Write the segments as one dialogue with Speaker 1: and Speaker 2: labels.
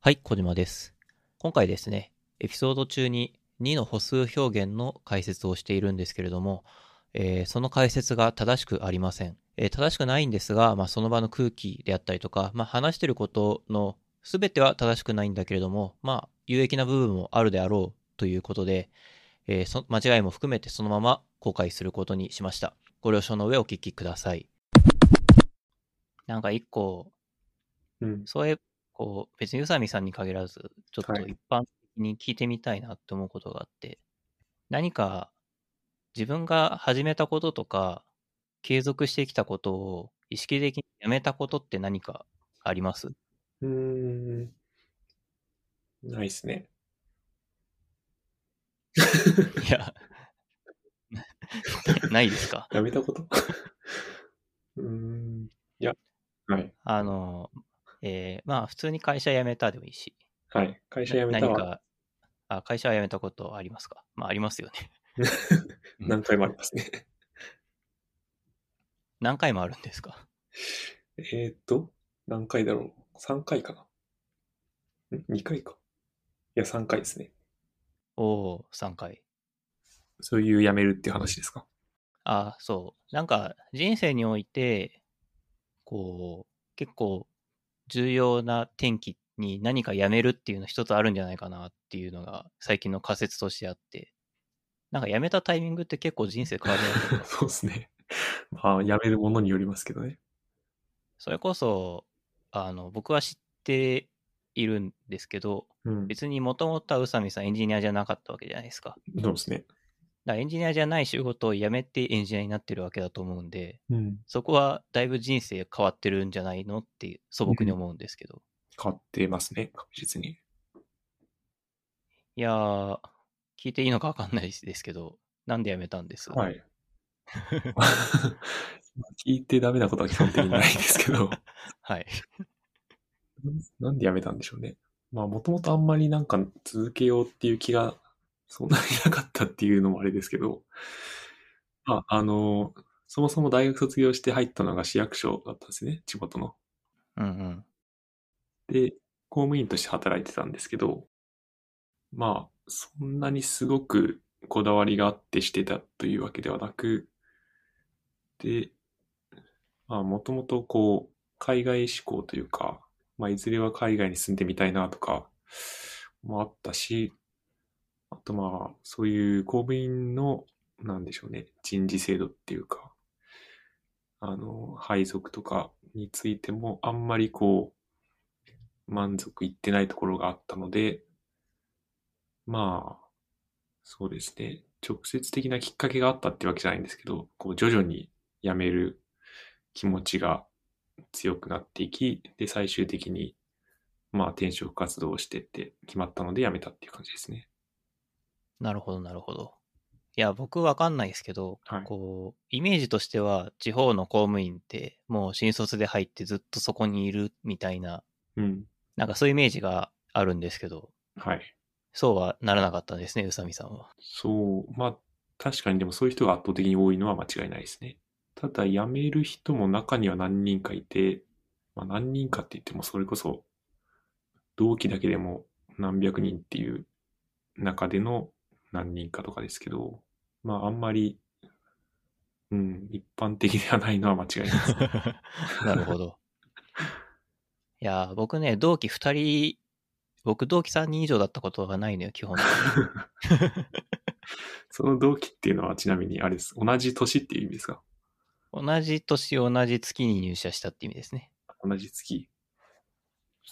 Speaker 1: はい、小島です。今回ですね、エピソード中に2の歩数表現の解説をしているんですけれども、えーその解説が正しくありません。えー正しくないんですが、まあ、その場の空気であったりとか、まあ、話してることの全ては正しくないんだけれども、まあ、有益な部分もあるであろうということで、えーそ間違いも含めてそのまま公開することにしました。ご了承の上お聞きください。なんか一個
Speaker 2: うん。
Speaker 1: そういう、こう、別に宇佐美さんに限らず、ちょっと
Speaker 2: はい
Speaker 1: 一般的に聞いてみたいなって思うことがあって、何か自分が始めたこととか、継続してきたことを意識的にやめたことって何かあります
Speaker 2: うーん。ないっすね。
Speaker 1: いや、 ないですか
Speaker 2: やめたこと うーん。いや。はい。
Speaker 1: あの、えーまあ普通に会社辞めたでもいいし、
Speaker 2: はい。会社辞めた
Speaker 1: 何
Speaker 2: は
Speaker 1: か、あ会社は辞めたことありますかまあありますよね。
Speaker 2: 何回もありますね。
Speaker 1: 何回もあるんですか
Speaker 2: えーっと、何回だろう。3回かな。ん ?2 回か。いや、3回ですね。
Speaker 1: おお3回。
Speaker 2: そういう辞めるっていう話ですか。
Speaker 1: あ、そう。なんか、人生において、こう、結構、重要な転機に何かやめるっていうの一つあるんじゃないかなっていうのが、最近の仮説としてあって、なんかやめたタイミングって結構人生変わるなと思う
Speaker 2: そうですね。まあ、辞めるものによりますけどね。
Speaker 1: それこそ、あの、僕は知っているんですけど、
Speaker 2: うん。
Speaker 1: 別にもともとは宇佐美さんエンジニアじゃなかったわけじゃないですか。
Speaker 2: そうですね。
Speaker 1: だからエンジニアじゃない仕事を辞めてエンジニアになってるわけだと思うんで、
Speaker 2: うん。
Speaker 1: そこはだいぶ人生変わってるんじゃないのっていう素朴に思うんですけど。
Speaker 2: 変わってますね。確実に。
Speaker 1: いやー、聞いていいのかわかんないですけど、なんで辞めたんです、
Speaker 2: はい。 聞いてダメなことは基本的にないですけど、
Speaker 1: はい。
Speaker 2: なんでやめたんでしょうね。まあ、もともとあんまりなんか続けようっていう気がそんなになかったっていうのもあれですけど、まあ、あの、そもそも大学卒業して入ったのが市役所だったんですね、地元の。
Speaker 1: うんうん。
Speaker 2: で、公務員として働いてたんですけど、まあ、そんなにすごくこだわりがあってしてたというわけではなく、で、まあ、もともとこう、海外志向というか、まあ、いずれは海外に住んでみたいなとか、もあったし、あとまあ、そういう公務員の、なんでしょうね、人事制度っていうか、あの、配属とかについても、あんまりこう、満足いってないところがあったので、まあ、そうですね。直接的なきっかけがあったってわけじゃないんですけど、こう徐々に辞める気持ちが強くなっていき、で、最終的に、まあ、転職活動をしてって決まったので辞めたっていう感じですね。
Speaker 1: なるほど、なるほど。いや、僕わかんないですけど、
Speaker 2: はい。
Speaker 1: こう、イメージとしては、地方の公務員って、もう新卒で入ってずっとそこにいるみたいな、
Speaker 2: うん。
Speaker 1: なんかそういうイメージがあるんですけど、
Speaker 2: はい。
Speaker 1: そうはならなかったんですね、宇佐美さんは。
Speaker 2: そう、まあ、確かにでもそういう人が圧倒的に多いのは間違いないですね。ただ、辞める人も中には何人かいて、まあ、何人かって言っても、それこそ、同期だけでも何百人っていう中での何人かとかですけど、まあ、あんまり、うん、一般的ではないのは間違いない です。
Speaker 1: なるほど。いやー、僕ね、同期2人、僕同期3人以上だったことがないのよ、基本的に。
Speaker 2: その同期っていうのは、ちなみにあれです。同じ年っていう意味ですか
Speaker 1: 同じ年、同じ月に入社したって意味ですね。
Speaker 2: 同じ月。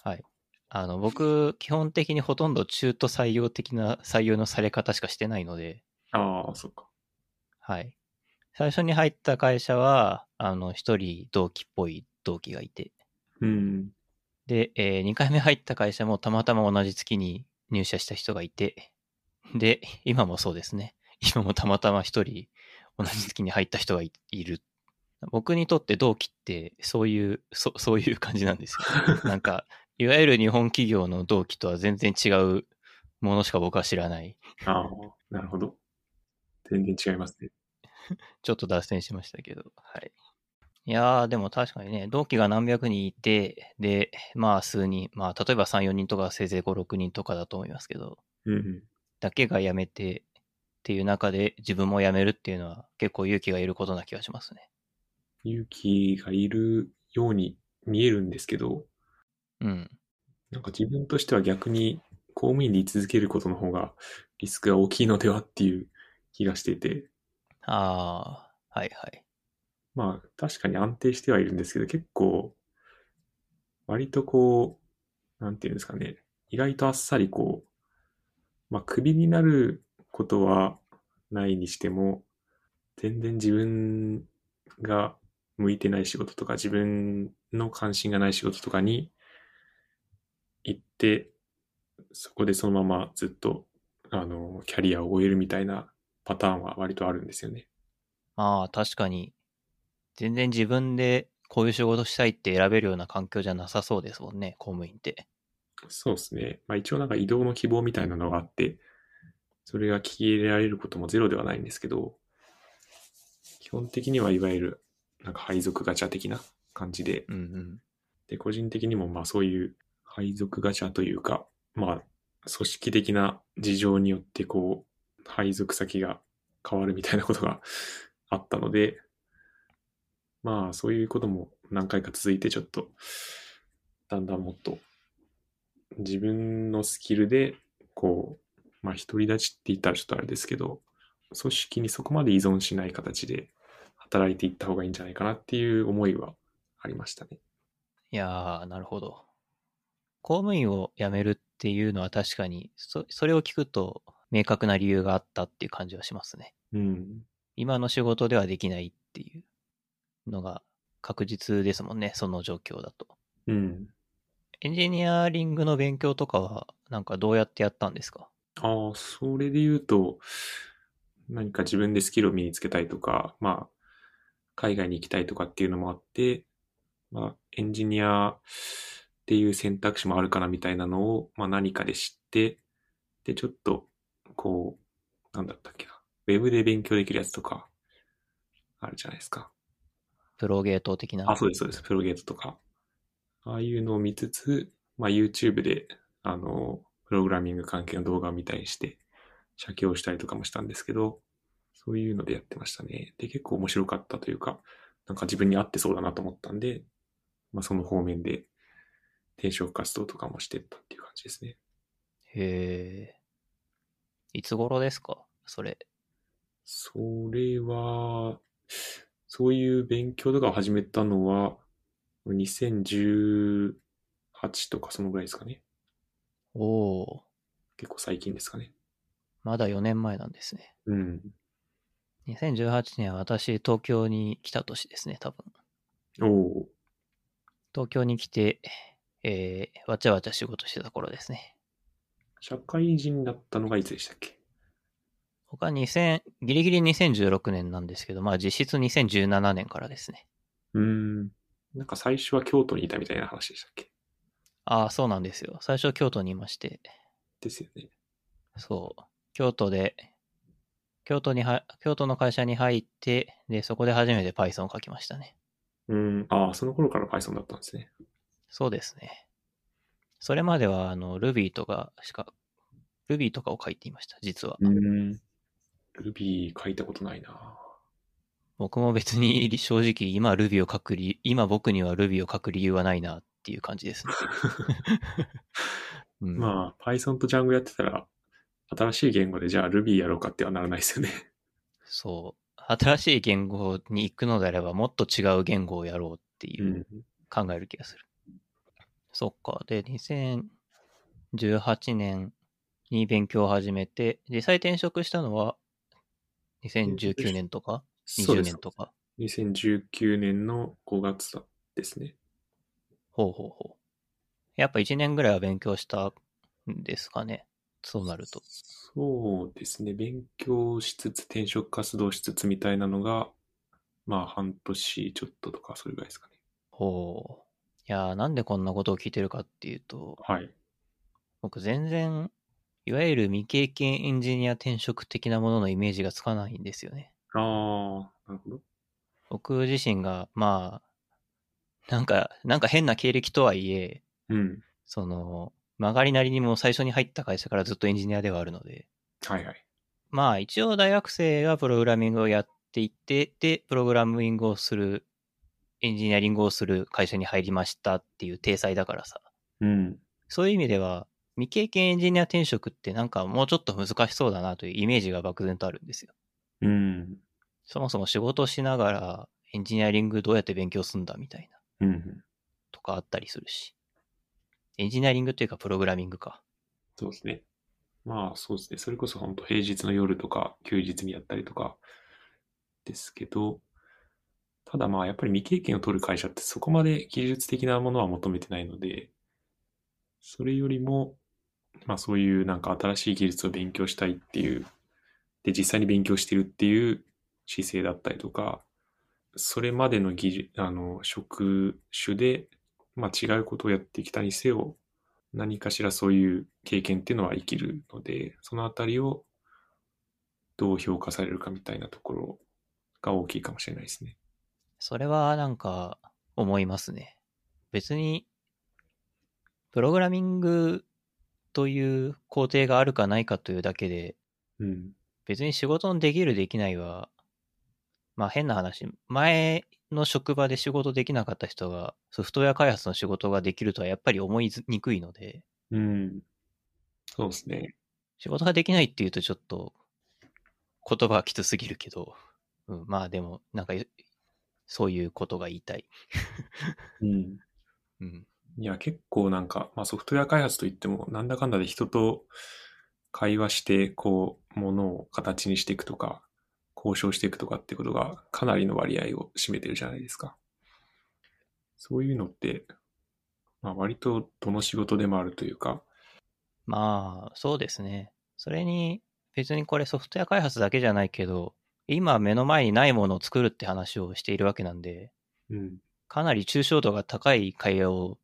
Speaker 1: はい。あの、僕、基本的にほとんど中途採用的な採用のされ方しかしてないので、
Speaker 2: ああ、そっか。
Speaker 1: はい。最初に入った会社は、あの、一人同期っぽい同期がいて、
Speaker 2: うん。
Speaker 1: で、え2回目入った会社もたまたま同じ月に入社した人がいて、で、今もそうですね。今もたまたま一人同じ月に入った人がいいる。僕にとって同期ってそういう、そそういう感じなんですよ。なんか、いわゆる日本企業の同期とは全然違うものしか僕は知らない。
Speaker 2: ああ、なるほど。全然違いますね。
Speaker 1: ちょっと脱線しましたけど、はい。いやー、でも確かにね、同期が何百人いて、で、まあ数人、まあ例えば3、4人とかせいぜい5、6人とかだと思いますけど、
Speaker 2: うん。
Speaker 1: だけが辞めてっていう中で自分も辞めるっていうのは結構勇気がいることな気がしますね。
Speaker 2: 勇気がいるように見えるんですけど、
Speaker 1: うん。
Speaker 2: なんか自分としては逆に公務員で居続けることの方がリスクが大きいのではっていう気がしていて、
Speaker 1: ああ、はいはい。
Speaker 2: まあ確かに安定してはいるんですけど、結構割とこう、なんていうんですかね、意外とあっさりこう、まあクビになることはないにしても、全然自分が向いてない仕事とか自分の関心がない仕事とかに行って、そこでそのままずっと、あの、キャリアを終えるみたいなパターンは割とあるんですよね。
Speaker 1: まあ確かに、全然自分でこういう仕事したいって選べるような環境じゃなさそうですもんね、公務員って。
Speaker 2: そうですね。まあ一応なんか移動の希望みたいなのがあって、それが聞き入れられることもゼロではないんですけど、基本的にはいわゆるなんか配属ガチャ的な感じで、
Speaker 1: うんうん。
Speaker 2: で、個人的にもまあそういう配属ガチャというか、まあ組織的な事情によってこう、配属先が変わるみたいなことが あったので、まあそういうことも何回か続いてちょっと、だんだんもっと自分のスキルで、こう、まあ独り立ちって言ったらちょっとあれですけど、組織にそこまで依存しない形で働いていった方がいいんじゃないかなっていう思いはありましたね。
Speaker 1: いやー、なるほど。公務員を辞めるっていうのは確かに、そそれを聞くと明確な理由があったっていう感じはしますね。
Speaker 2: うん。
Speaker 1: 今の仕事ではできないっていうのが確実ですもんね、その状況だと。
Speaker 2: うん。
Speaker 1: エンジニアリングの勉強とかは、なんかどうやってやったんですか
Speaker 2: ああ、それで言うと、何か自分でスキルを身につけたいとか、まあ、海外に行きたいとかっていうのもあって、まあ、エンジニアっていう選択肢もあるかなみたいなのを、まあ何かで知って、で、ちょっと、こう、なんだったっけな。ウェブで勉強できるやつとか、あるじゃないですか。
Speaker 1: プロゲート的な。
Speaker 2: あ、そうです、そうです。プロゲートとか。ああいうのを見つつ、まあ、YouTube で、あの、プログラミング関係の動画を見たりして、写経をしたりとかもしたんですけど、そういうのでやってましたね。で、結構面白かったというか、なんか自分に合ってそうだなと思ったんで、まあ、その方面で転職活動とかもしてったっていう感じですね。
Speaker 1: へえ。いつ頃ですかそれ。
Speaker 2: それは、そういう勉強とかを始めたのは、2018とかそのぐらいですかね。
Speaker 1: おお、
Speaker 2: 結構最近ですかね。
Speaker 1: まだ4年前なんですね。
Speaker 2: うん。
Speaker 1: 2018年は私、東京に来た年ですね、多分。
Speaker 2: おお
Speaker 1: 東京に来て、えー、わちゃわちゃ仕事してた頃ですね。
Speaker 2: ー、社会人になったのがいつでしたっけ
Speaker 1: 他2000、ギリギリ2016年なんですけど、まあ実質2017年からですね。
Speaker 2: うーん。なんか最初は京都にいたみたいな話でしたっけ
Speaker 1: ああ、そうなんですよ。最初京都にいまして、
Speaker 2: ですよね。
Speaker 1: そう、京都で、京都には、京都の会社に入って、で、そこで初めて Python を書きましたね。
Speaker 2: うーん。ああ、その頃から Python だったんですね。
Speaker 1: そうですね。それまでは、あの、Ruby とかしか、Ruby とかを書いていました、実は。
Speaker 2: ん。Ruby 書いたことないな。
Speaker 1: 僕も別に 正直今 Ruby を書く理、今僕には Ruby を書く理由はないなっていう感じです ね。うん、
Speaker 2: まあ、Python と Django やってたら、新しい言語でじゃあ Ruby やろうかってはならないですよね。。
Speaker 1: そう。新しい言語に行くのであればもっと違う言語をやろうっていううん考える気がする。そっか。で、2018年に勉強を始めて、実際転職したのは2019年とか
Speaker 2: そう
Speaker 1: 20
Speaker 2: です
Speaker 1: 年。とか。
Speaker 2: 2019年の5月ですね。
Speaker 1: ほうほうほう。やっぱ1年ぐらいは勉強したんですかね。そうなると。
Speaker 2: そうですね。勉強しつつ、転職活動しつつみたいなのが、まあ、半年ちょっととか、それぐらいですかね。
Speaker 1: ほう。いやー、なんでこんなことを聞いてるかっていうと、
Speaker 2: はい。
Speaker 1: 僕全然、いわゆる未経験エンジニア転職的なもののイメージがつかないんですよね。
Speaker 2: ああ、なるほど。
Speaker 1: 僕自身が、まあ、なんか、なんか変な経歴とはいえ、
Speaker 2: うん。
Speaker 1: その、曲がりなりにも最初に入った会社からずっとエンジニアではあるので、
Speaker 2: はいはい。
Speaker 1: まあ一応大学生がプログラミングをやっていて、で、プログラミングをする、エンジニアリングをする会社に入りましたっていう体裁だからさ、
Speaker 2: うん。
Speaker 1: そういう意味では、未経験エンジニア転職ってなんかもうちょっと難しそうだなというイメージが漠然とあるんですよ。
Speaker 2: うん。
Speaker 1: そもそも仕事をしながらエンジニアリングどうやって勉強すんだみたいな
Speaker 2: うん。
Speaker 1: とかあったりするし。エンジニアリングというかプログラミングか。
Speaker 2: そうですね。まあそうですね。それこそ本当平日の夜とか休日にやったりとかですけど、ただまあやっぱり未経験を取る会社ってそこまで技術的なものは求めてないので、それよりも、まあそういうなんか新しい技術を勉強したいっていう、で実際に勉強してるっていう姿勢だったりとか、それまでの技術、あの、職種で、まあ違うことをやってきたにせよ、何かしらそういう経験っていうのは生きるので、そのあたりをどう評価されるかみたいなところが大きいかもしれないですね。
Speaker 1: それはなんか思いますね。別に、プログラミングという工程があるかないかというだけで、
Speaker 2: うん。
Speaker 1: 別に仕事のできるできないは、まあ変な話、前の職場で仕事できなかった人がソフトウェア開発の仕事ができるとはやっぱり思いにくいので、
Speaker 2: うん。そうですね。
Speaker 1: 仕事ができないっていうとちょっと言葉はきつすぎるけど、うん、まあでもなんかそういうことが言いたい。
Speaker 2: うん。
Speaker 1: うん。
Speaker 2: いや、結構なんか、まあ、ソフトウェア開発といっても、なんだかんだで人と会話して、こう、ものを形にしていくとか、交渉していくとかってことが、かなりの割合を占めてるじゃないですか。そういうのって、まあ、割とどの仕事でもあるというか、
Speaker 1: まあ、そうですね。それに、別にこれソフトウェア開発だけじゃないけど、今目の前にないものを作るって話をしているわけなんで、
Speaker 2: うん。
Speaker 1: かなり抽象度が高い会話を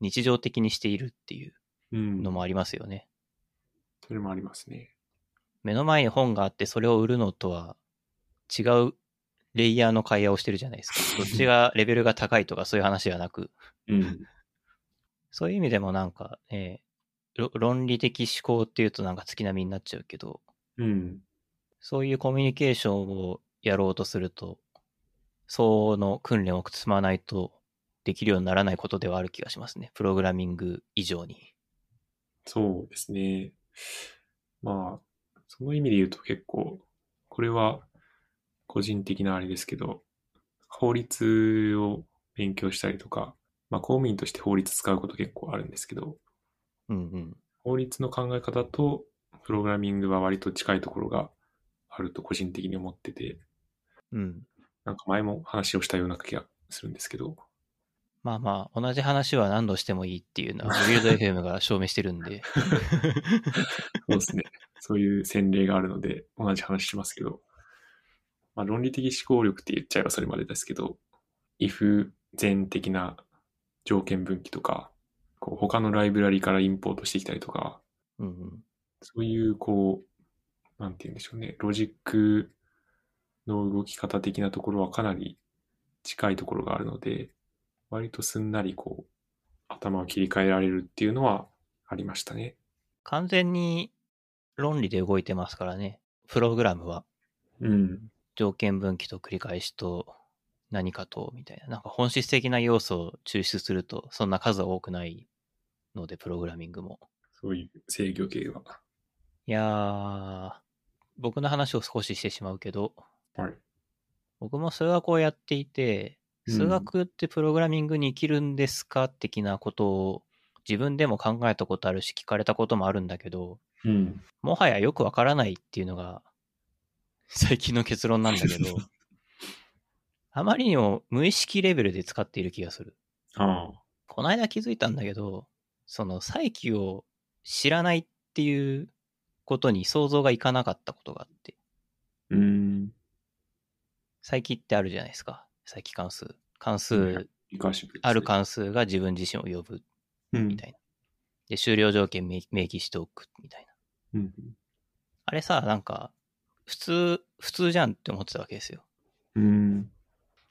Speaker 1: 日常的にしているっていう
Speaker 2: うん。
Speaker 1: のもありますよね。
Speaker 2: それもありますね。
Speaker 1: 目の前に本があってそれを売るのとは違うレイヤーの会話をしてるじゃないですか。どっちがレベルが高いとかそういう話ではなく、
Speaker 2: うん。
Speaker 1: そういう意味でもなんか、えーろ論理的思考っていうとなんか月並みになっちゃうけど、
Speaker 2: うん。
Speaker 1: そういうコミュニケーションをやろうとすると、相応の訓練を積まないとできるようにならないことではある気がしますね。プログラミング以上に。
Speaker 2: そうですね。まあ、その意味で言うと結構、これは個人的なあれですけど、法律を勉強したりとか、まあ公務員として法律使うこと結構あるんですけど、
Speaker 1: うんうん。
Speaker 2: 法律の考え方とプログラミングは割と近いところがあると個人的に思ってて、
Speaker 1: うん。
Speaker 2: なんか前も話をしたような気がするんですけど、
Speaker 1: まあまあ、同じ話は何度してもいいっていうのは、ビルド FM が証明してるんで。
Speaker 2: そうですね。 そういう先例があるので、同じ話しますけど、まあ、論理的思考力って言っちゃえばそれまでですけど、if 前的な条件分岐とか、こう他のライブラリからインポートしてきたりとか、
Speaker 1: うんうん。
Speaker 2: そういう、こう、なんて言うんでしょうね、ロジックの動き方的なところはかなり近いところがあるので、割とすんなりこう、頭を切り替えられるっていうのはありましたね。
Speaker 1: 完全に論理で動いてますからね。プログラムは
Speaker 2: うん。
Speaker 1: 条件分岐と繰り返しと何かとみたいな。なんか本質的な要素を抽出すると、そんな数は多くないので、プログラミングも。
Speaker 2: そういう制御系は。
Speaker 1: いやー、僕の話を少ししてしまうけど、
Speaker 2: はい。
Speaker 1: 僕も数学をやっていて、
Speaker 2: うん
Speaker 1: 数学ってプログラミングに生きるんですか的なことを自分でも考えたことあるし聞かれたこともあるんだけど、
Speaker 2: うん。
Speaker 1: もはやよくわからないっていうのが最近の結論なんだけ ど、あまりにも無意識レベルで使っている気がする。
Speaker 2: ああ。
Speaker 1: この間気づいたんだけど、その再起を知らないっていうことに想像がいかなかったことがあって、
Speaker 2: うーん。
Speaker 1: 再起ってあるじゃないですか。再起関数。関
Speaker 2: うん
Speaker 1: 数、
Speaker 2: リカーシブルですね
Speaker 1: ある。関数が自分自身を呼ぶ
Speaker 2: うん。
Speaker 1: みたいな。で、終了条件明明記しておくみたいな。
Speaker 2: うん。
Speaker 1: あれさ、なんか、普通、普通じゃんって思ってたわけですよ。
Speaker 2: うん。
Speaker 1: で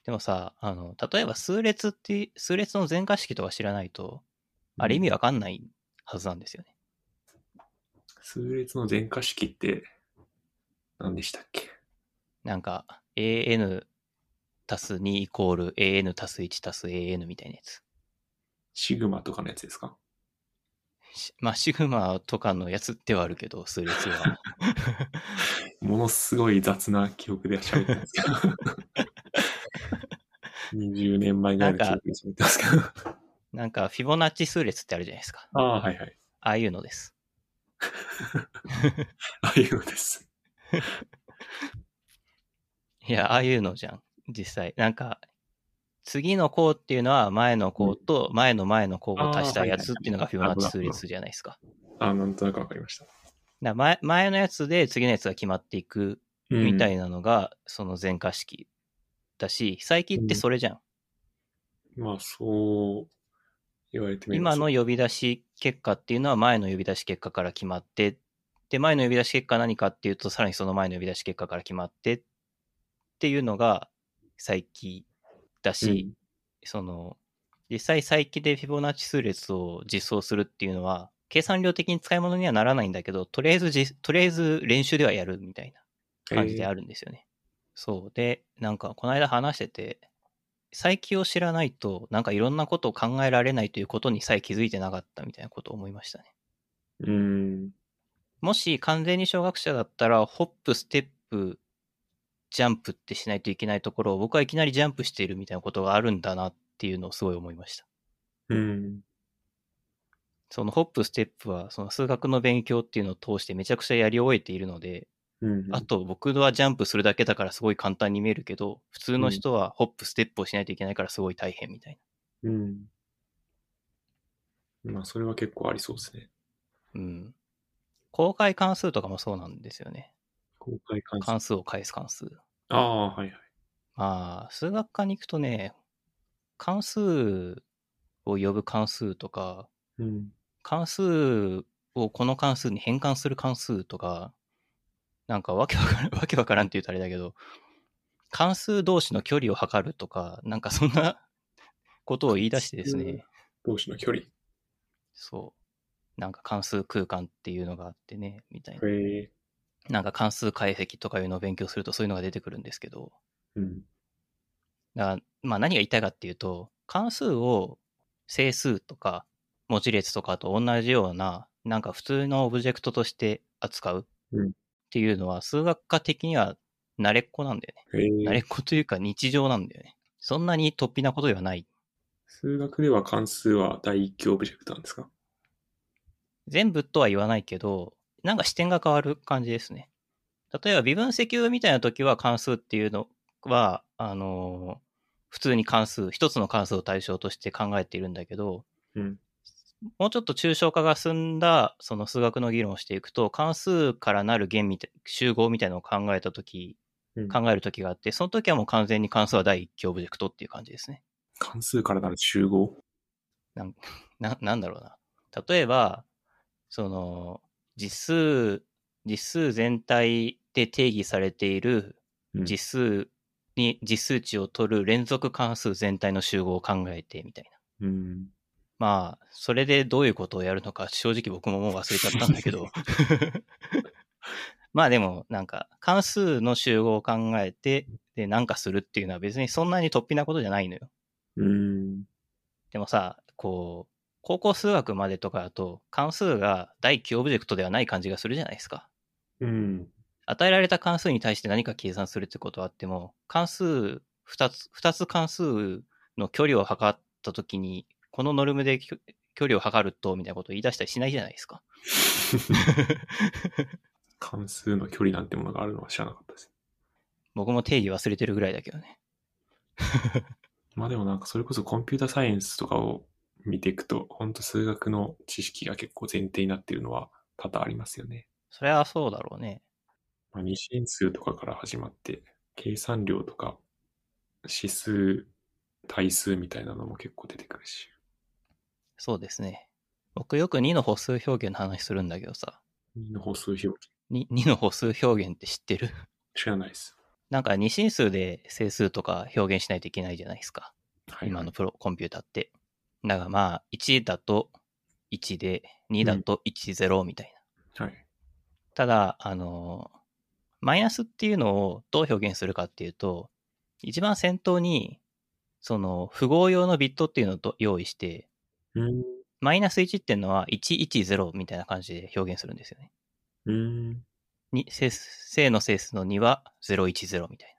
Speaker 1: でもさ、あの、例えば数列って、数列の全化式とか知らないと、あれ意味わかんないはずなんですよね。
Speaker 2: 数列の全化式って何でしたっけ
Speaker 1: なんか、an 足す2イコール an 足す1足す an みたいなやつ。
Speaker 2: シグマとかのやつですか
Speaker 1: しまあ、シグマとかのやつではあるけど、数列 は。
Speaker 2: ものすごい雑な記憶で喋ってますけど。20年前ぐらいの記憶で喋ってますけど。
Speaker 1: なんか、フィボナッチ数列ってあるじゃないですか。
Speaker 2: ああ、はいはい。
Speaker 1: ああいうのです。
Speaker 2: ああいうのです。
Speaker 1: いや、ああいうのじゃん、実際。なんか、次の項っていうのは前の項と前の前の項を足したやつっていうのがフィボナッチ数列じゃないですか。
Speaker 2: ああ、なんとなくわかりました。
Speaker 1: だから前前のやつで次のやつが決まっていく
Speaker 2: うん
Speaker 1: みたいなのが、その全化式だし、最近ってそれじゃん。
Speaker 2: まあ、そう言われてみれば
Speaker 1: 今の呼び出し結果っていうのは前の呼び出し結果から決まって、で、前の呼び出し結果何かっていうと、さらにその前の呼び出し結果から決まってっていうのが最近だ
Speaker 2: う
Speaker 1: し、
Speaker 2: ん
Speaker 1: その、実際再起でフィボナッチ数列を実装するっていうのは、計算量的に使い物にはならないんだけど、とりあえずじ、とりあえず練習ではやるみたいな感じであるんですよね。そう。で、なんか、この間話してて、再起を知らないと、なんかいろんなことを考えられないということにさえ気づいてなかったみたいなことを思いましたね。
Speaker 2: えーうん。
Speaker 1: もし完全に小学者だったら、ホップ、ステップ、ジャンプってしないといけないところを、僕はいきなりジャンプしているみたいなことがあるんだなっていうのをすごい思いました。
Speaker 2: うん。
Speaker 1: そのホップ、ステップは、その数学の勉強っていうのを通してめちゃくちゃやり終えているので、
Speaker 2: うん。
Speaker 1: あと僕はジャンプするだけだからすごい簡単に見えるけど、普通の人はホップ、ステップをしないといけないからすごい大変みたい
Speaker 2: うん。まあ、それは結構ありそうですね。
Speaker 1: な。うん。公開関数とかもそうなんですよね。
Speaker 2: 公開関数。
Speaker 1: 関数を返す関数。
Speaker 2: ああ、はいはい。
Speaker 1: まあ、数学科に行くとね、関数を呼ぶ関数とか、
Speaker 2: うん。
Speaker 1: 関数をこの関数に変換する関数とか、なんかわけわからん、わ けわからんって言うとあれだけど、関数同士の距離を測るとか、なんかそんなことを言い出してですね、
Speaker 2: 同士の距離。
Speaker 1: そう。なんか関数空間っていうのがあってね、みたいな。
Speaker 2: へえ
Speaker 1: なんか関数解析とかいうのを勉強するとそういうのが出てくるんですけど、
Speaker 2: うん。
Speaker 1: だから、まあ何が言いたいかっていうと、関数を整数とか文字列とかと同じような、なんか普通のオブジェクトとして扱う
Speaker 2: うん
Speaker 1: っていうのは、数学科的には慣れっこなんだよね。慣
Speaker 2: へ
Speaker 1: れ
Speaker 2: え
Speaker 1: っこというか日常なんだよね。そんなに突飛なことではない。
Speaker 2: 数学では関数は第一級オブジェクトなんですか
Speaker 1: 全部とは言わないけど、なんか視点が変わる感じですね。例えば微分積みたいな時は関数っていうのは、あのー普通に関数、一つの関数を対象として考えているんだけど、
Speaker 2: うん
Speaker 1: もうちょっと抽象化が進んだその数学の議論をしていくと、関数からなる弦みたい集合みたいなのを考えた時
Speaker 2: うん
Speaker 1: 考える時があって、その時はもう完全に関数は第一級オブジェクトっていう感じですね。
Speaker 2: 関数からなる集合。
Speaker 1: な、なんだろうな。例えば、その、実数、実数全体で定義されている
Speaker 2: うん
Speaker 1: 実数に、実数値を取る連続関数全体の集合を考えてみたいな。
Speaker 2: うん。
Speaker 1: まあ、それでどういうことをやるのか、正直僕ももう忘れちゃったんだけ ど。まあでも、なんか、関数の集合を考えて、で、なんかするっていうのは別にそんなに突飛なことじゃないのよ。
Speaker 2: うん。
Speaker 1: でもさ、こう、高校数学までとかだと、関数が第9オブジェクトではない感じがするじゃないですか。
Speaker 2: うん。
Speaker 1: 与えられた関数に対して何か計算するってことはあっても、関数、2つ、二つ関数の距離を測ったときに、このノルムで距距離を測ると、みたいなことを言い出したりしないじゃないですか。
Speaker 2: 関数の距離なんてものがあるのは知らなかったです。
Speaker 1: 僕も定義忘れてるぐらいだけどね。
Speaker 2: まあでもなんかそれこそコンピュータサイエンスとかを見ていくと、本当数学の知識が結構前提になっているのは多々ありますよね。
Speaker 1: それはそうだろうね。
Speaker 2: まあ、二進数とかから始まって、計算量とか指数、対数みたいなのも結構出てくるし。
Speaker 1: そうですね。僕よく2の歩数表現の話するんだけどさ、
Speaker 2: 2の歩数表記。
Speaker 1: 2, 2の歩数表現って知ってる
Speaker 2: 知らないです。
Speaker 1: なんか二進数で整数とか表現しないといけないじゃないですか。
Speaker 2: はい
Speaker 1: 今のプロコンピューターって。だからまあ、1だと1で、2だと10みたいな。
Speaker 2: はい。
Speaker 1: ただ、あの、マイナスっていうのをどう表現するかっていうと、一番先頭に、その、符号用のビットっていうのをと用意して、
Speaker 2: うん。
Speaker 1: マイナス1っていうのは110みたいな感じで表現するんですよね。
Speaker 2: うん。
Speaker 1: に整数正の整数の2は010みたい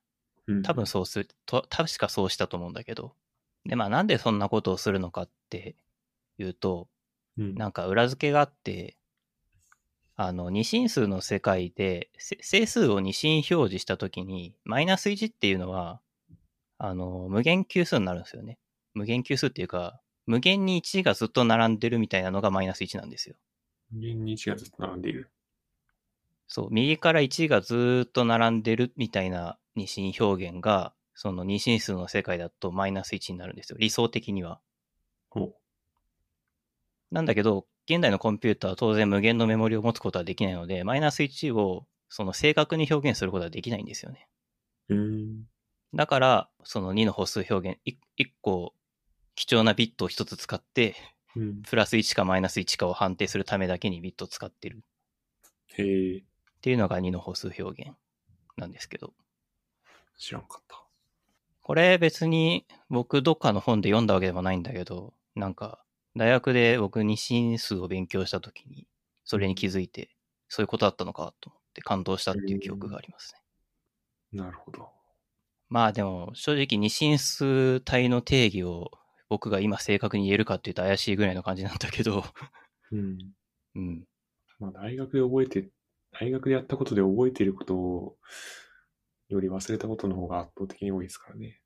Speaker 1: な。
Speaker 2: うん
Speaker 1: 多分。そうする、と確かそうしたと思うんだけど。で、まあなんでそんなことをするのかっていうと、
Speaker 2: うん。
Speaker 1: なんか裏付けがあって、あの、二進数の世界で、せ整数を二進表示したときに、マイナス1っていうのは、あの、無限級数になるんですよね。無限級数っていうか、無限に1がずっと並んでるみたいなのがマイナス1なんですよ。
Speaker 2: 人間に1がずっと並んでいる。
Speaker 1: そう、右から1がずーっと並んでるみたいな二進表現が、その二進数の世界だとマイナス1になるんですよ。理想的には。
Speaker 2: ほう。
Speaker 1: なんだけど、現代のコンピューターは当然無限のメモリを持つことはできないので、マイナス1をその正確に表現することはできないんですよね。
Speaker 2: うん。
Speaker 1: だから、その2の歩数表現、1個貴重なビットを1つ使って、
Speaker 2: うん。
Speaker 1: プラス1かマイナス1かを判定するためだけにビットを使ってる
Speaker 2: へえ、
Speaker 1: っていうのが2の歩数表現なんですけど。
Speaker 2: 知らんかった。
Speaker 1: これ別に僕どっかの本で読んだわけでもないんだけど、なんか大学で僕二進数を勉強した時にそれに気づいて、そういうことだったのかと思って感動したっていう記憶がありますね。
Speaker 2: なるほど。
Speaker 1: まあでも正直二進数体の定義を僕が今正確に言えるかっていうと怪しいぐらいの感じなんだけど、
Speaker 2: うん。
Speaker 1: うん。
Speaker 2: まあ、大学で覚えて、大学でやったことで覚えていることより忘れたことの方が圧倒的に多いですからね。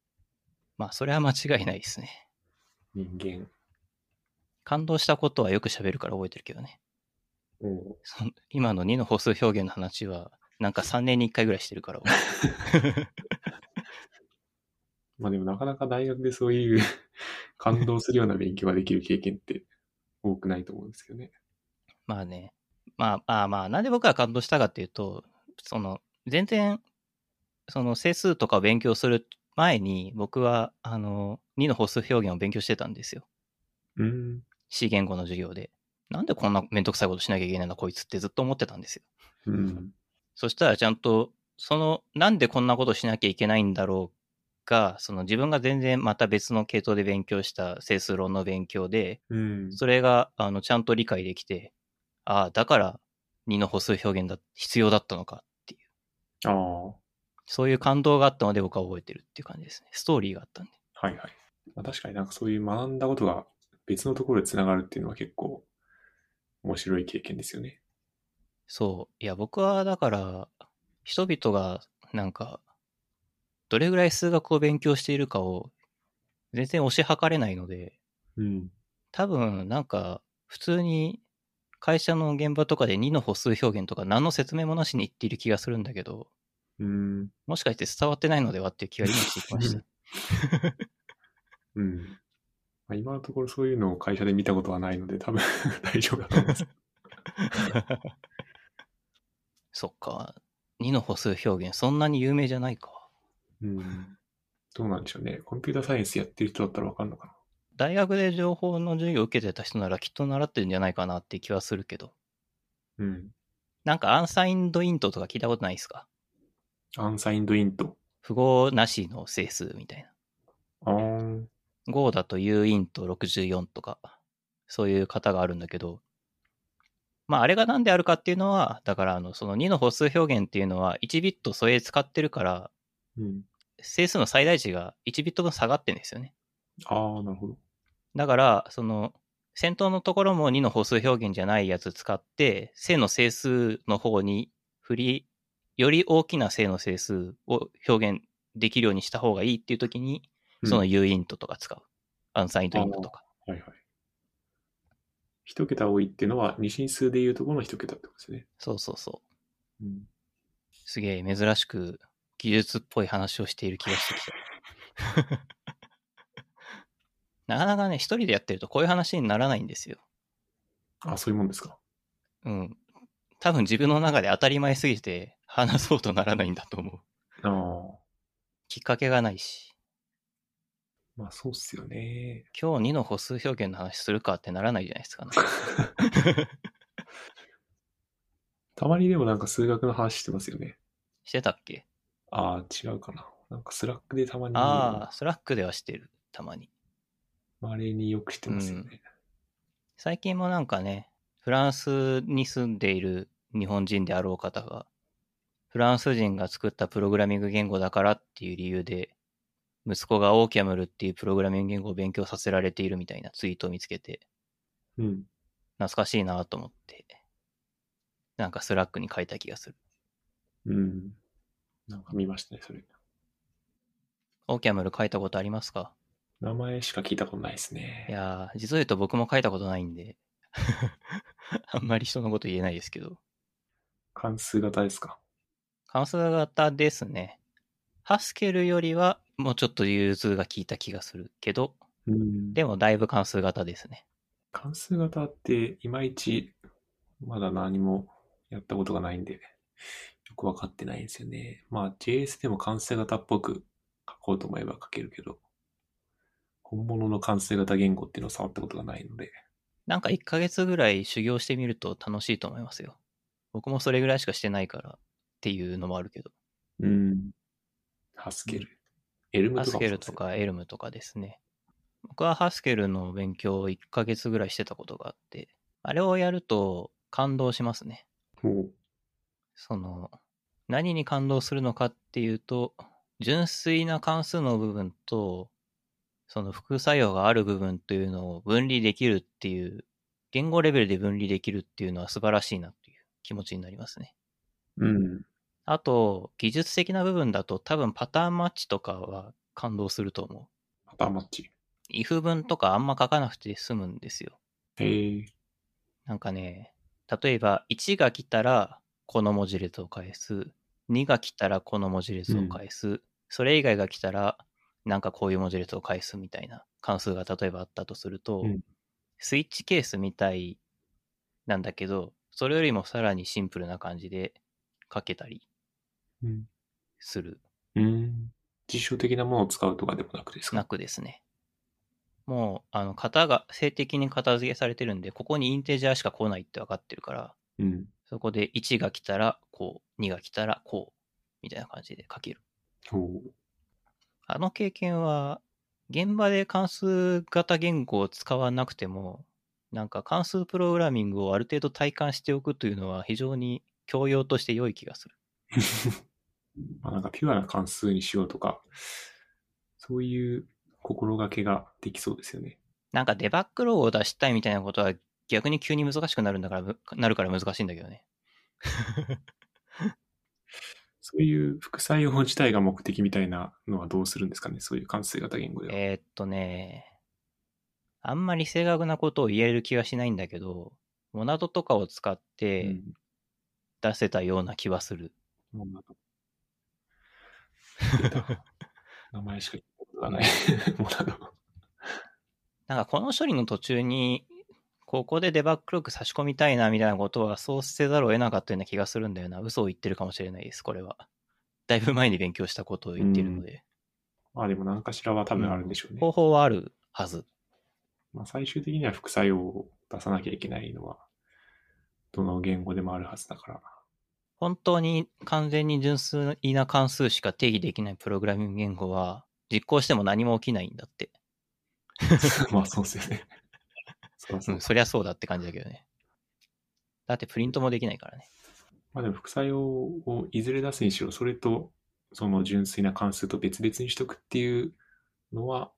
Speaker 1: まあそれは間違いないですね。
Speaker 2: 人間。
Speaker 1: 感動したことはよく喋るから覚えてるけどね。
Speaker 2: うん。
Speaker 1: その今の2の歩数表現の話はなんか3年に1回ぐらいしてるから。
Speaker 2: まあでもなかなか大学でそういう 感動するような勉強ができる経験って多くないと思うんですけどね。
Speaker 1: まあね。まあ、まあまあ、なんで僕が感動したかっていうと、その、全然、その整数とかを勉強する前に、僕は、あの、2の歩数表現を勉強してたんですよ。
Speaker 2: うん。
Speaker 1: C 言語の授業で。なんでこんなめんどくさいことしなきゃいけないんだ、こいつってずっと思ってたんですよ。
Speaker 2: うん。
Speaker 1: そしたらちゃんと、その、なんでこんなことしなきゃいけないんだろうが、その自分が全然また別の系統で勉強した整数論の勉強で、
Speaker 2: うん。
Speaker 1: それが、あの、ちゃんと理解できて、ああ、だから、2の歩数表現だ、必要だったのかっていう、
Speaker 2: ああ。は
Speaker 1: そういう感動があったので僕は覚えてるっていう感じですね。ストーリーがあったんで。
Speaker 2: いはい。まあ、確かになんかそういう学んだことが別のところでつながるっていうのは結構面白い経験ですよね。
Speaker 1: そう。いや、僕はだから、人々が、なんか、どれぐらい数学を勉強しているかを、全然推し量れないので、
Speaker 2: うん。
Speaker 1: 多分、なんか、普通に、会社の現場とかで2の歩数表現とか何の説明もなしに言っている気がするんだけど、
Speaker 2: うん。
Speaker 1: もしかして伝わってないのではっていう気が今してきました。
Speaker 2: うん。まあ、今のところそういうのを会社で見たことはないので、多分 大丈夫だと思います。
Speaker 1: そっか。2の歩数表現、そんなに有名じゃないか。
Speaker 2: うん。どうなんでしょうね。コンピューターサイエンスやってる人だったらわかるのか
Speaker 1: 大学で情報の授業を受けてた人ならきっと習ってるんじゃないかなって気はするけど。
Speaker 2: な。うん。
Speaker 1: なんかアンサインドイントとか聞いたことないですか
Speaker 2: アンサインドイント。
Speaker 1: 符号なしの整数みたい
Speaker 2: あーん。
Speaker 1: な。5だと U イント64とか、そういう型があるんだけど。まあ、あれが何であるかっていうのは、だからあの、その2の歩数表現っていうのは1ビットそれ使ってるから、
Speaker 2: うん。
Speaker 1: 整数の最大値が1ビット分下がってるんですよね。
Speaker 2: ああ、なるほど。
Speaker 1: だから、その、先頭のところも2の歩数表現じゃないやつ使って、正の整数の方に振り、より大きな正の整数を表現できるようにした方がいいっていう時に、
Speaker 2: うん
Speaker 1: その U イントとか使う。アンサインドイントとか。
Speaker 2: はいはい。一桁多いっていうのは、二進数でいうところの一桁ってことですね。
Speaker 1: そうそうそう。
Speaker 2: うん。
Speaker 1: すげえ珍しく技術っぽい話をしている気がしてきた。 なかなかね、一人でやってるとこういう話にならないんですよ。
Speaker 2: あ、そういうもんですか。
Speaker 1: うん。多分自分の中で当たり前すぎて話そうとならないんだと思う。
Speaker 2: ああ。
Speaker 1: きっかけがないし、
Speaker 2: まあそうっすよね。
Speaker 1: 今日2の歩数表現の話するかってならないじゃないですか、ね。
Speaker 2: たまにでもなんか数学の話してますよね。
Speaker 1: してたっけ
Speaker 2: ああ、違うかな。なんかスラックでたまに、
Speaker 1: ああ、スラックではしてる、たまに。
Speaker 2: まれによくしてますよね。
Speaker 1: 最近もなんかね、フランスに住んでいる日本人であろう方が、フランス人が作ったプログラミング言語だからっていう理由で、息子がオーキャムルっていうプログラミング言語を勉強させられているみたいなツイートを見つけて、
Speaker 2: うん。
Speaker 1: 懐かしいなと思って、なんかスラックに書いた気がする。
Speaker 2: うん。なんか見ましたね、それ。
Speaker 1: オーキャムル書いたことありますか
Speaker 2: 名前しか聞いたことないですね。
Speaker 1: いやー、実を言うと僕も書いたことないんで、 あんまり人のこと言えないですけど。
Speaker 2: 関数型ですか。
Speaker 1: 関数型ですね。ハスケルよりはもうちょっと融通が効いた気がするけど、
Speaker 2: うん。
Speaker 1: でもだいぶ関数型ですね。
Speaker 2: 関数型っていまいちまだ何もやったことがないんで、よくわかってないんですよね。まあ JS でも関数型っぽく書こうと思えば書けるけど、本物の関数型言語っていうのを触ったことがないので、
Speaker 1: なんか1ヶ月ぐらい修行してみると楽しいと思いますよ。僕もそれぐらいしかしてないからっていうのもあるけど。
Speaker 2: うん。ハスケル。エルム
Speaker 1: ハ
Speaker 2: と
Speaker 1: ス
Speaker 2: かも
Speaker 1: ケ
Speaker 2: そう
Speaker 1: ル
Speaker 2: です
Speaker 1: と
Speaker 2: よ
Speaker 1: かエルムとかですね。僕はハスケルの勉強を1ヶ月ぐらいしてたことがあって、あれをやると感動しますね。
Speaker 2: もう
Speaker 1: その、何に感動するのかっていうと、純粋な関数の部分と、その副作用がある部分というのを分離できるっていう、言語レベルで分離できるっていうのは素晴らしいなっていう気持ちになりますね。
Speaker 2: うん。
Speaker 1: あと、技術的な部分だと多分パターンマッチとかは感動すると思う。
Speaker 2: パターンマッチ。
Speaker 1: if 文とかあんま書かなくて済むんですよ。
Speaker 2: へえ。
Speaker 1: なんかね、例えば1が来たらこの文字列を返す、2が来たらこの文字列を返す、それ以外が来たらなんかこういう文字列を返すみたいな関数が例えばあったとすると、
Speaker 2: うん
Speaker 1: スイッチケースみたいなんだけど、それよりもさらにシンプルな感じで書けたり
Speaker 2: うん。
Speaker 1: する
Speaker 2: うん。実証的なものを使うとかでもなくです
Speaker 1: な
Speaker 2: か。
Speaker 1: くですね。もう、あの、型が性的に片付けされてるんで、ここにインテジャーしか来ないって分かってるから、
Speaker 2: うん。
Speaker 1: そこで1が来たらこう、2が来たらこう、みたいな感じで書ける。
Speaker 2: ほ
Speaker 1: あの経験は、現場で関数型言語を使わなくても、なんか関数プログラミングをある程度体感しておくというのは非常に教養として良い気がする。
Speaker 2: う。まあなんかピュアな関数にしようとか、そういう心がけができそうですよね。
Speaker 1: なんかデバッグローを出したいみたいなことは逆に急に難しくなるんだから、むなるから難しいんだけどね。
Speaker 2: そういう副作用自体が目的みたいなのはどうするんですかね。そういう関数型言語では。
Speaker 1: えーっとね、あんまり正確なことを言える気はしないんだけど、モナドとかを使って出せたような気はする。
Speaker 2: うん、もうなん か出た名前しか聞いたことがない。 もうなんか
Speaker 1: なんかこの処理の途中に、ここでデバッグログ差し込みたいなみたいなことはそうせざるを得なかったような気がするんだよな。嘘を言ってるかもしれないです、これは。だいぶ前に勉強したことを言っているので、
Speaker 2: まあでも何かしらは多分あるんでしょうね。
Speaker 1: 方法はあるはず。
Speaker 2: まあ、最終的には副作用を出さなきゃいけないのは、どの言語でもあるはずだ から。
Speaker 1: 本当に完全に純粋な関数しか定義できないプログラミング言語は、実行しても何も起きないんだって。
Speaker 2: まあ、そうですよね。そりゃ
Speaker 1: う
Speaker 2: そうで
Speaker 1: ん、
Speaker 2: す
Speaker 1: そりゃそうだって感じだけどね。だってプリントもできないからね。
Speaker 2: まあ、でも副作用をいずれ出すにしろ、それと、その純粋な関数と別々にしとくっていうのは、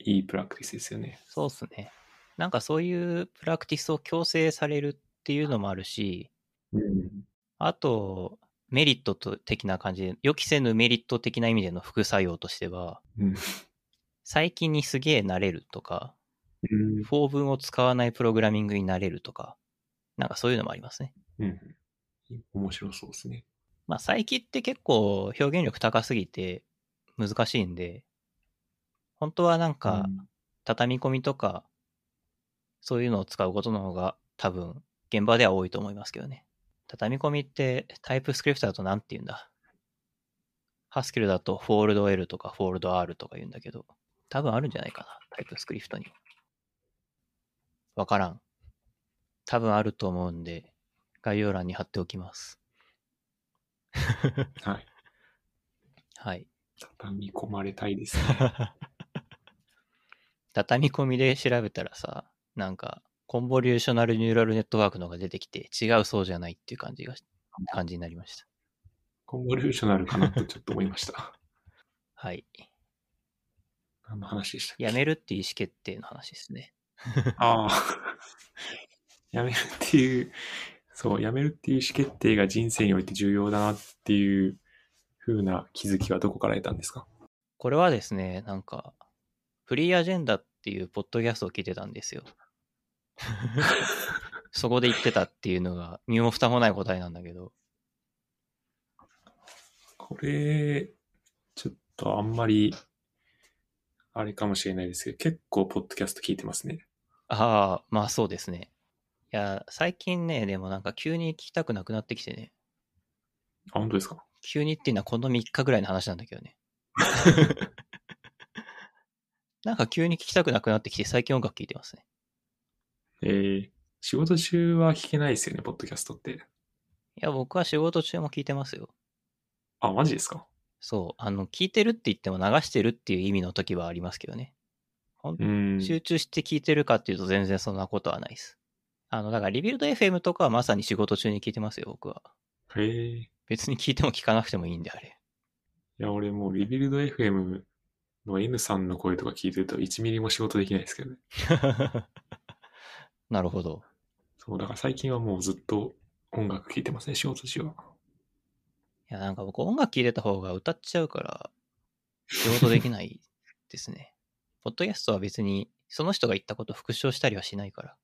Speaker 2: いいプラクティスですよね。
Speaker 1: そうっすね。なんかそういうプラクティスを強制されるっていうのもあるし、
Speaker 2: うん。
Speaker 1: あと、メリットと的な感じで、予期せぬメリット的な意味での副作用としては、
Speaker 2: うん。
Speaker 1: 最近にすげえ慣れるとか、
Speaker 2: うん。
Speaker 1: 法文を使わないプログラミングになれるとか、なんかそういうのもありますね。
Speaker 2: 面白そうですね。
Speaker 1: まあ最近って結構表現力高すぎて難しいんで、本当はなんか、
Speaker 2: うん
Speaker 1: 畳み込みとか、そういうのを使うことの方が多分、現場では多いと思いますけどね。畳み込みってタイプスクリプトだとなんて言うんだ。ハスキルだとフォールド L とかフォールド R とか言うんだけど、多分あるんじゃないかな。タイプスクリプトには。わからん。多分あると思うんで、概要欄に貼っておきます。
Speaker 2: はい。
Speaker 1: はい。
Speaker 2: 畳み込まれたいです ね。
Speaker 1: 畳み込みで調べたらさ、なんか、コンボリューショナルニューラルネットワークのが出てきて、違うそうじゃないっていう感じがし、感じになりました。
Speaker 2: コンボリューショナルかなとちょっと思いました。
Speaker 1: はい。
Speaker 2: 何の話でしたっけ
Speaker 1: やめるっていう意思決定の話ですね。
Speaker 2: ああ。 やめるっていう、そう、やめるっていう意思決定が人生において重要だなっていう風な気づきはどこから得たんですか
Speaker 1: これはですね、なんか、フリーアジェンダっていうポッドキャストを聞いてたんですよ。そこで言ってたっていうのが、身も蓋もない答えなんだけど、
Speaker 2: これ、ちょっとあんまり、あれかもしれないですけど、結構ポッドキャスト聞いてますね。
Speaker 1: ああ、まあそうですね。いや、最近ね、でもなんか急に聞きたくなくなってきてね、
Speaker 2: あ、本当ですか
Speaker 1: 急にっていうのはこの3日ぐらいの話なんだけど ね。なんか急に聞きたくなくなってきて、最近音楽聴いてますね。
Speaker 2: えー、仕事中は聞けないですよね、ポッドキャストって。
Speaker 1: いや、僕は仕事中も聞いてますよ。
Speaker 2: あ、マジですか
Speaker 1: そう、あの、聞いてるって言っても流してるっていう意味の時はありますけどね。ほん
Speaker 2: うーん。
Speaker 1: 集中して聞いてるかっていうと全然そんなことはないです。あの、だからリビルド FM とかはまさに仕事中に聞いてますよ、僕は。
Speaker 2: えー、い
Speaker 1: 別に聞いても聞かなくてもいいんで、あ れ。
Speaker 2: や、俺もうリビルド FM の N さんの声とか聞いてると1ミリも仕事できないですけどね。
Speaker 1: なるほど。
Speaker 2: そう、だから最近はもうずっと音楽聴いてますね、仕事中は。
Speaker 1: いや、なんか僕音楽聞いてた方が歌っちゃうから、仕事できないですね。ポッドキャストは別に、その人が言ったこと復唱したりはしないから。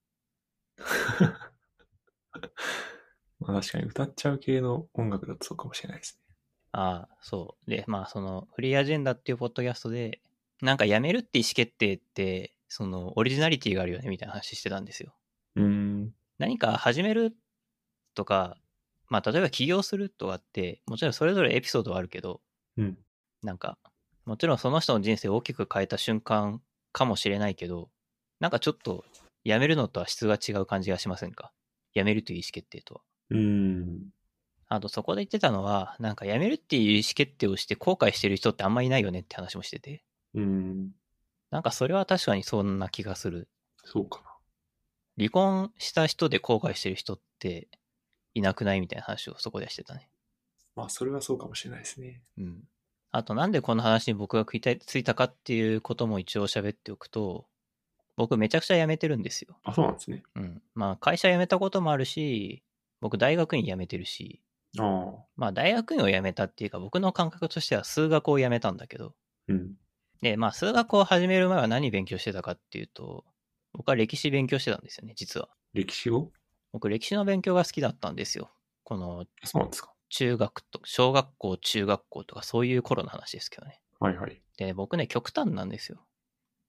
Speaker 2: まあ確かに歌っちゃう系の音楽だとそうかもしれないですね。
Speaker 1: ああ、そう。で、まあ、その、フリーアジェンダっていうポッドキャストで、なんかやめるって意思決定って、その、オリジナリティがあるよね、みたいな話してたんですよ。
Speaker 2: うーん。
Speaker 1: 何か始めるとか、まあ、例えば起業するとかって、もちろんそれぞれエピソードはあるけど、
Speaker 2: うん。
Speaker 1: なんか、もちろんその人の人生を大きく変えた瞬間かもしれないけど、なんかちょっと、やめるのとは質が違う感じがしませんかやめるという意思決定とは。
Speaker 2: うーん。
Speaker 1: あとそこで言ってたのは、なんかやめるっていう意思決定をして後悔してる人ってあんまいないよねって話もしてて。
Speaker 2: うーん。
Speaker 1: なんかそれは確かにそんな気がする。
Speaker 2: そうか
Speaker 1: 離婚した人で後悔してる人っていなくないみたいな話をそこでしてたね。
Speaker 2: な。まあそれはそうかもしれないですね。
Speaker 1: うん。あとなんでこの話に僕が食いたいついたかっていうことも一応喋っておくと、僕めちゃくちゃ辞めてるんですよ。
Speaker 2: あ、そうなんですね。
Speaker 1: うん。まあ会社辞めたこともあるし、僕大学院辞めてるし、
Speaker 2: ああ。
Speaker 1: まあ大学院を辞めたっていうか僕の感覚としては数学を辞めたんだけど、
Speaker 2: うん。
Speaker 1: で、まあ、数学を始める前は何勉強してたかっていうと、僕は歴史勉強してたんですよね、実は。
Speaker 2: 歴史を
Speaker 1: 僕、歴史の勉強が好きだったんですよ。この、
Speaker 2: あそうなんですか。
Speaker 1: 中学と、小学校、中学校とか、そういう頃の話ですけどね。
Speaker 2: はいはい。
Speaker 1: で、僕ね、極端なんですよ。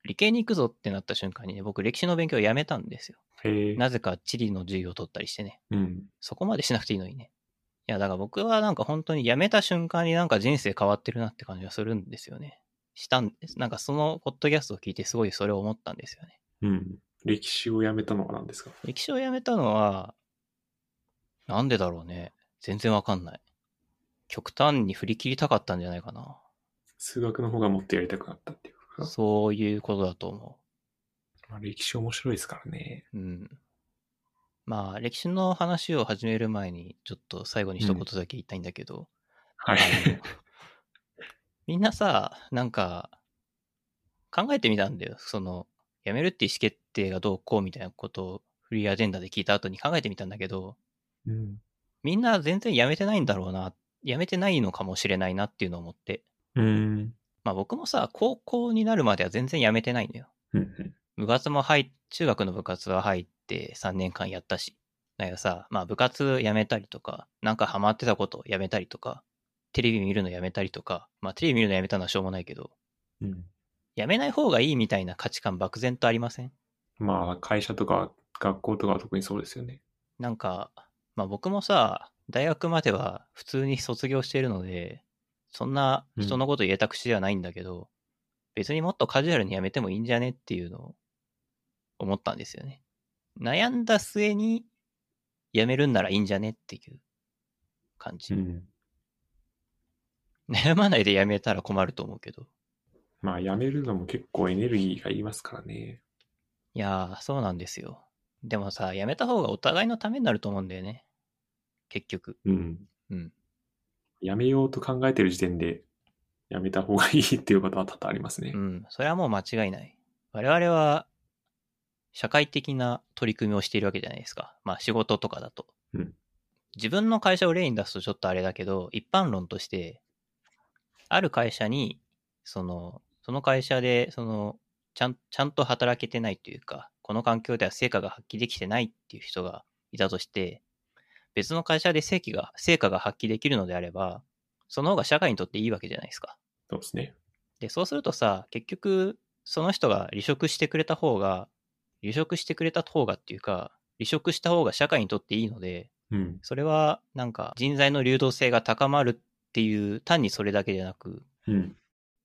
Speaker 1: 理系に行くぞってなった瞬間にね、僕、歴史の勉強をやめたんですよ。
Speaker 2: へえ。
Speaker 1: なぜか地理の授業を取ったりしてね。
Speaker 2: うん。
Speaker 1: そこまでしなくていいのにね。いや、だから僕はなんか本当に辞めた瞬間になんか人生変わってるなって感じがするんですよね。したんです。なんかそのポッドキャストを聞いてすごいそれを思ったんですよね。
Speaker 2: うん。歴史をやめたのは何ですか
Speaker 1: 歴史をやめたのは、なんでだろうね。全然わかんない。極端に振り切りたかったんじゃないかな。
Speaker 2: 数学の方がもっとやりたくなったっていうか。
Speaker 1: そういうことだと思
Speaker 2: まあ、歴史面白いですからね。
Speaker 1: う。うん。まあ、歴史の話を始める前に、ちょっと最後に一言だけ言いたいんだけど、
Speaker 2: はい。
Speaker 1: みんなさ、なんか、考えてみたんだよ。その、辞めるって意思決定がどうこうみたいなことをフリーアジェンダで聞いた後に考えてみたんだけど、
Speaker 2: うん。
Speaker 1: みんな全然辞めてないんだろうな、辞めてないのかもしれないなっていうのを思って。
Speaker 2: うん。
Speaker 1: まあ僕もさ、高校になるまでは全然辞めてないのよ。
Speaker 2: うん。
Speaker 1: 部活も入っ、中学の部活は入って3年間やったし。だけどさ、まあ部活辞めたりとか、なんかハマってたことを辞めたりとか、テレビ見るの辞めたりとか、まあテレビ見るの辞めたのはしょうもないけど、
Speaker 2: うん。
Speaker 1: 辞めない方がいいみたいな価値観漠然とありません
Speaker 2: まあ、会社とか学校とかは特にそうですよね。
Speaker 1: なんか、まあ僕もさ、大学までは普通に卒業しているので、そんな人のこと言えた口ではないんだけど、別にもっとカジュアルにやめてもいいんじゃねっていうのを思ったんですよね。悩んだ末にやめるんならいいんじゃねっていう感じ。
Speaker 2: うん。
Speaker 1: 悩まないでやめたら困ると思うけど。
Speaker 2: まあ、やめるのも結構エネルギーがいりますからね。
Speaker 1: いやー、そうなんですよ。でもさ、やめた方がお互いのためになると思うんだよね。結局。
Speaker 2: うん。
Speaker 1: うん。
Speaker 2: やめようと考えてる時点で、やめた方がいいっていうことは多々ありますね。
Speaker 1: うん。それはもう間違いない。我々は、社会的な取り組みをしているわけじゃないですか。まあ仕事とかだと。
Speaker 2: うん
Speaker 1: 自分の会社を例に出すとちょっとあれだけど、一般論として、ある会社に、その、その会社で、その、ちゃん、ちゃんと働けてないというか、この環境では成果が発揮できてないっていう人がいたとして、別の会社で成果が、成果が発揮できるのであれば、その方が社会にとっていいわけじゃないですか。
Speaker 2: そうですね。
Speaker 1: で、そうするとさ、結局、その人が離職してくれた方が、離職してくれた方がっていうか、離職した方が社会にとっていいので、
Speaker 2: うん。
Speaker 1: それはなんか人材の流動性が高まるっていう、単にそれだけじゃなく、
Speaker 2: うん。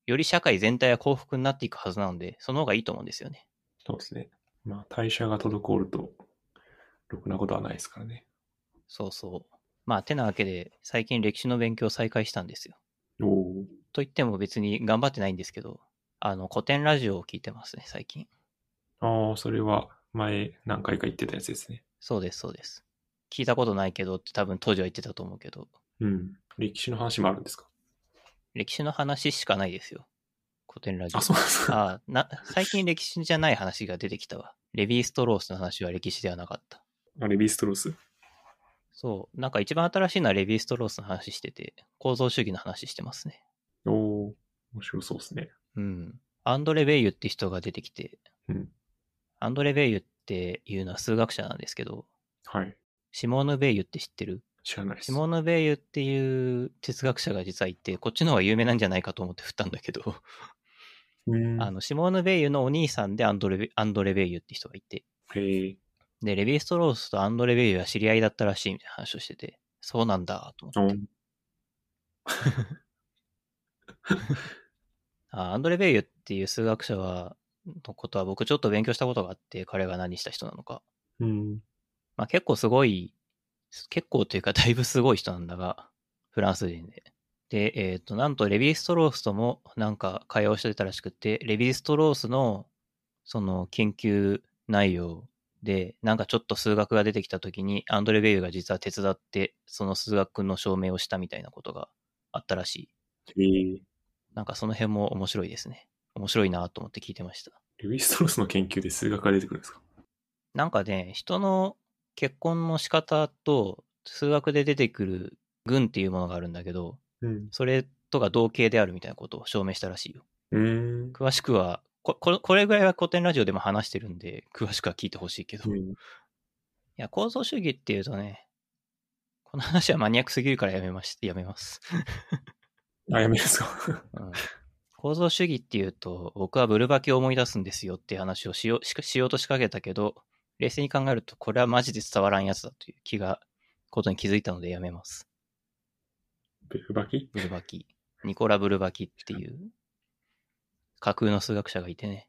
Speaker 1: より社会全体が幸福になっていくはずなので、その方がいいと思うんですよね。
Speaker 2: そうですね。まあ、代謝が滞ると、ろくなことはないですからね。
Speaker 1: そうそう。まあ、てなわけで、最近歴史の勉強を再開したんですよ。
Speaker 2: おお。
Speaker 1: と言っても別に頑張ってないんですけど、あの、古典ラジオを聞いてますね、最近。
Speaker 2: ああ、それは前何回か言ってたやつですね。
Speaker 1: そうです、そうです。聞いたことないけどって多分当時は言ってたと思うけど、
Speaker 2: うん。歴史の話もあるんですか
Speaker 1: 歴史の話しかないですよ。古典ラジオ。
Speaker 2: あ、そうなんですか。
Speaker 1: あな最近歴史じゃない話が出てきたわ。レヴィ・ストロースの話は歴史ではなかった。
Speaker 2: あレビーストロース。
Speaker 1: そう。なんか一番新しいのはレヴィ・ストロースの話してて、構造主義の話してますね。
Speaker 2: おお。面白そうですね。
Speaker 1: うん。アンドレ・ベイユって人が出てきて、
Speaker 2: うん
Speaker 1: アンドレ・ベイユっていうのは数学者なんですけど、
Speaker 2: はい。
Speaker 1: シモーヌ・ベイユって知ってる
Speaker 2: 知らないです。
Speaker 1: シモーヌ・ベイユっていう哲学者が実はいて、こっちの方が有名なんじゃないかと思って振ったんだけど。
Speaker 2: うん。
Speaker 1: あの、シモーヌ・ベイユのお兄さんでアンドレベ・アンドレベイユって人がいて、
Speaker 2: へえ。
Speaker 1: で、レヴィ・ストロースとアンドレ・ベイユは知り合いだったらしいみたいな話をしてて、そうなんだ、と思って。
Speaker 2: お
Speaker 1: あアンドレ・ベイユっていう数学者は、のことは僕ちょっと勉強したことがあって、彼が何した人なのか。
Speaker 2: うん。
Speaker 1: まあ結構すごい、結構というかだいぶすごい人なんだが、フランス人で。で、えっ、と、なんとレヴィ・ストロースともなんか会話をしてたらしくて、レヴィ・ストロースのその研究内容で、なんかちょっと数学が出てきた時に、アンドレ・ベイユが実は手伝って、その数学の証明をしたみたいなことがあったらしい。
Speaker 2: へえ。
Speaker 1: なんかその辺も面白いですね。面白いなと思って聞いてました。
Speaker 2: レビーストロースの研究で数学が出てくるんですか
Speaker 1: なんかね、人の結婚の仕方と数学で出てくる群っていうものがあるんだけど、
Speaker 2: うん。
Speaker 1: それとが同型であるみたいなことを証明したらしいよ。
Speaker 2: うーん。
Speaker 1: 詳しくは、こここれぐらいは古典ラジオでも話してるんで、詳しくは聞いてほしいけど。
Speaker 2: う
Speaker 1: い
Speaker 2: ん
Speaker 1: や、構造主義っていうとね、この話はマニアックすぎるからやめまし、やめます。
Speaker 2: あ、やめるんですか
Speaker 1: うん構造主義っていうと、僕はブルバキを思い出すんですよっていう話をしようしかしようとしかけたけど、冷静に考えると、これはマジで伝わらんやつだという気が、ことに気づいたのでやめます。
Speaker 2: ベルバキ
Speaker 1: ブルバ キ。ニコラ・ブルバキっていう、架空の数学者がいてね。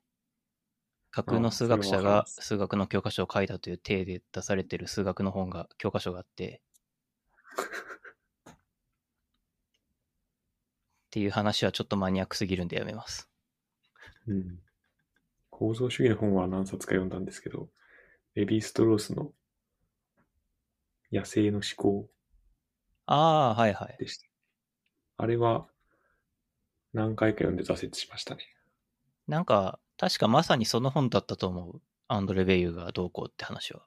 Speaker 1: 架空の数学者が数学の教科書を書いたという体で出されてる数学の本が、教科書があ って、っていう話はちょっとマニアックすぎるんでやめます。
Speaker 2: うん。構造主義の本は何冊か読んだんですけど、レビーストロースの野生の思考
Speaker 1: ああ、はいはい。
Speaker 2: でした。あれは何回か読んで挫折しましたね。
Speaker 1: なんか、確かまさにその本だったと思う。アンドレ・ベイユがどうこうって話は。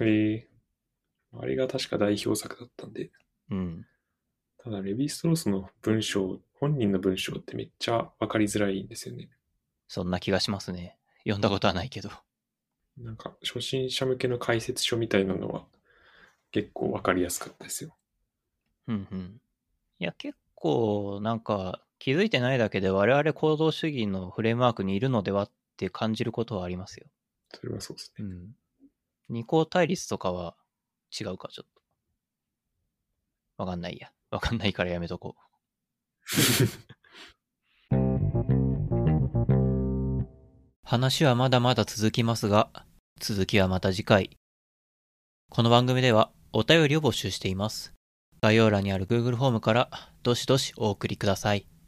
Speaker 2: へえ。あれが確か代表作だったんで、
Speaker 1: うん。
Speaker 2: ただレビーストロースの文章、本人の文章ってめっちゃわかりづらいんですよね。
Speaker 1: そんな気がしますね。読んだことはないけど。
Speaker 2: なんか初心者向けの解説書みたいなのは結構わかりやすかったですよ。
Speaker 1: うんうん。いや、結構、なんか、気づいてないだけで我々行動主義のフレームワークにいるのではって感じることはありますよ。
Speaker 2: それはそうです
Speaker 1: う
Speaker 2: ね。
Speaker 1: ん。二項対立とかは違うか、ちょっと。わかんないや。わかんないからやめとこう。話はまだまだ続きますが、続きはまた次回。この番組ではお便りを募集しています。概要欄にある Google フォームからどしどしお送りください。